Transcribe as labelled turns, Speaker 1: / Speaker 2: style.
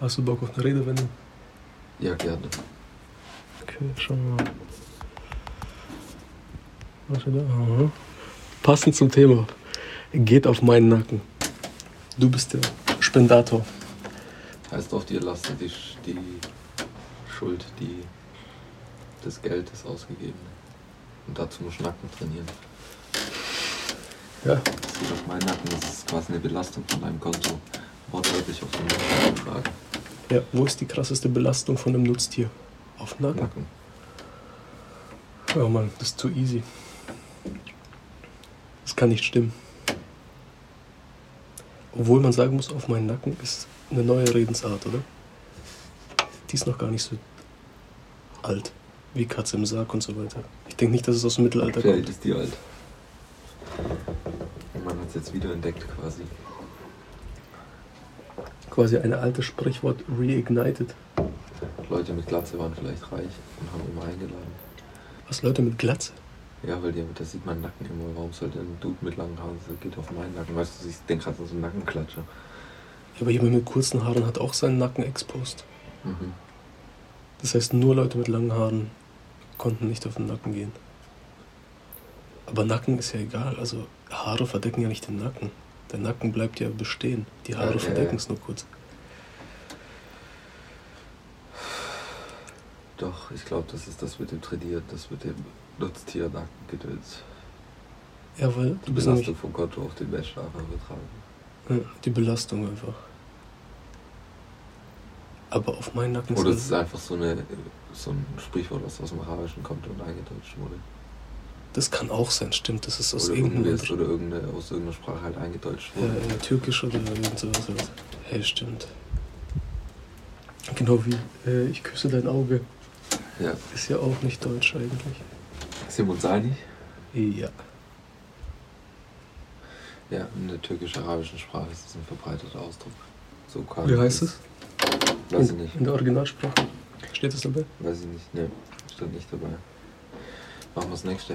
Speaker 1: Hast du Bock auf eine Redewendung?
Speaker 2: Ja, gerne.
Speaker 1: Okay, schauen wir mal. Was steht da? Aha. Passend zum Thema. Geht auf meinen Nacken. Du bist der Spendator.
Speaker 2: Heißt auf dir lastet die, Sch- die Schuld die, des Geldes ausgegeben. Und dazu muss Nacken trainieren.
Speaker 1: Ja.
Speaker 2: Das geht auf meinen Nacken, das ist quasi eine Belastung von deinem Konto. Wortwörtlich auf den Nacken übertragen.
Speaker 1: Ja, wo ist die krasseste Belastung von einem Nutztier? Auf den Nacken.
Speaker 2: Nacken.
Speaker 1: Oh Mann, das ist zu easy. Das kann nicht stimmen. Obwohl man sagen muss, auf meinen Nacken ist eine neue Redensart, oder? Die ist noch gar nicht so alt. Wie Katze im Sarg und so weiter. Ich denke nicht, dass es aus dem Mittelalter
Speaker 2: Vielleicht
Speaker 1: kommt.
Speaker 2: ist die alt. halt. Und man hat es jetzt wieder entdeckt quasi.
Speaker 1: Quasi ein altes Sprichwort reignited.
Speaker 2: Leute mit Glatze waren vielleicht reich und haben immer eingeladen.
Speaker 1: Was Leute mit Glatze?
Speaker 2: Ja, weil die, das sieht mein Nacken immer. Warum sollte ein Dude mit langen Haaren, das geht auf meinen Nacken. Weißt du, ich denke gerade an so einen Nackenklatscher.
Speaker 1: Ja, aber jemand mit kurzen Haaren hat auch seinen Nacken exposed.
Speaker 2: Mhm.
Speaker 1: Das heißt, nur Leute mit langen Haaren konnten nicht auf den Nacken gehen. Aber Nacken ist ja egal. Also Haare verdecken ja nicht den Nacken. Der Nacken bleibt ja bestehen. Die Haare
Speaker 2: Ja, ja,
Speaker 1: verdecken
Speaker 2: ja.
Speaker 1: es nur kurz.
Speaker 2: Doch, ich glaube, das ist das mit dem Trainiert, das mit dem Nutztier-Nackengedöns.
Speaker 1: Ja, weil
Speaker 2: Die
Speaker 1: du bist nämlich
Speaker 2: Belastung vom Konto auf den Matchschlafer übertragen.
Speaker 1: ja, die Belastung einfach. Aber auf meinen Nacken
Speaker 2: Oder es
Speaker 1: ist
Speaker 2: ist einfach so, eine, so ein Sprichwort, was aus dem Arabischen kommt und eingedeutscht wurde.
Speaker 1: das kann auch sein, stimmt. Das ist aus
Speaker 2: oder, irgendwie
Speaker 1: irgendeinem
Speaker 2: ist, oder irgendeine, aus irgendeiner Sprache halt eingedeutscht
Speaker 1: Ja,
Speaker 2: wurde.
Speaker 1: ja, türkisch oder irgend sowas. halt. Hey, stimmt. Genau wie äh, ich küsse dein Auge.
Speaker 2: Ja.
Speaker 1: Ist ja auch nicht deutsch eigentlich.
Speaker 2: Sim und Sani?
Speaker 1: Ja.
Speaker 2: Ja, in der türkisch-arabischen Sprache ist es ein verbreiteter Ausdruck. So kam
Speaker 1: Wie heißt es? Oh.
Speaker 2: Weiß ich
Speaker 1: in,
Speaker 2: nicht.
Speaker 1: In der Originalsprache. Steht das dabei?
Speaker 2: Weiß ich nicht. Ne, stand nicht dabei. Machen wir das nächste.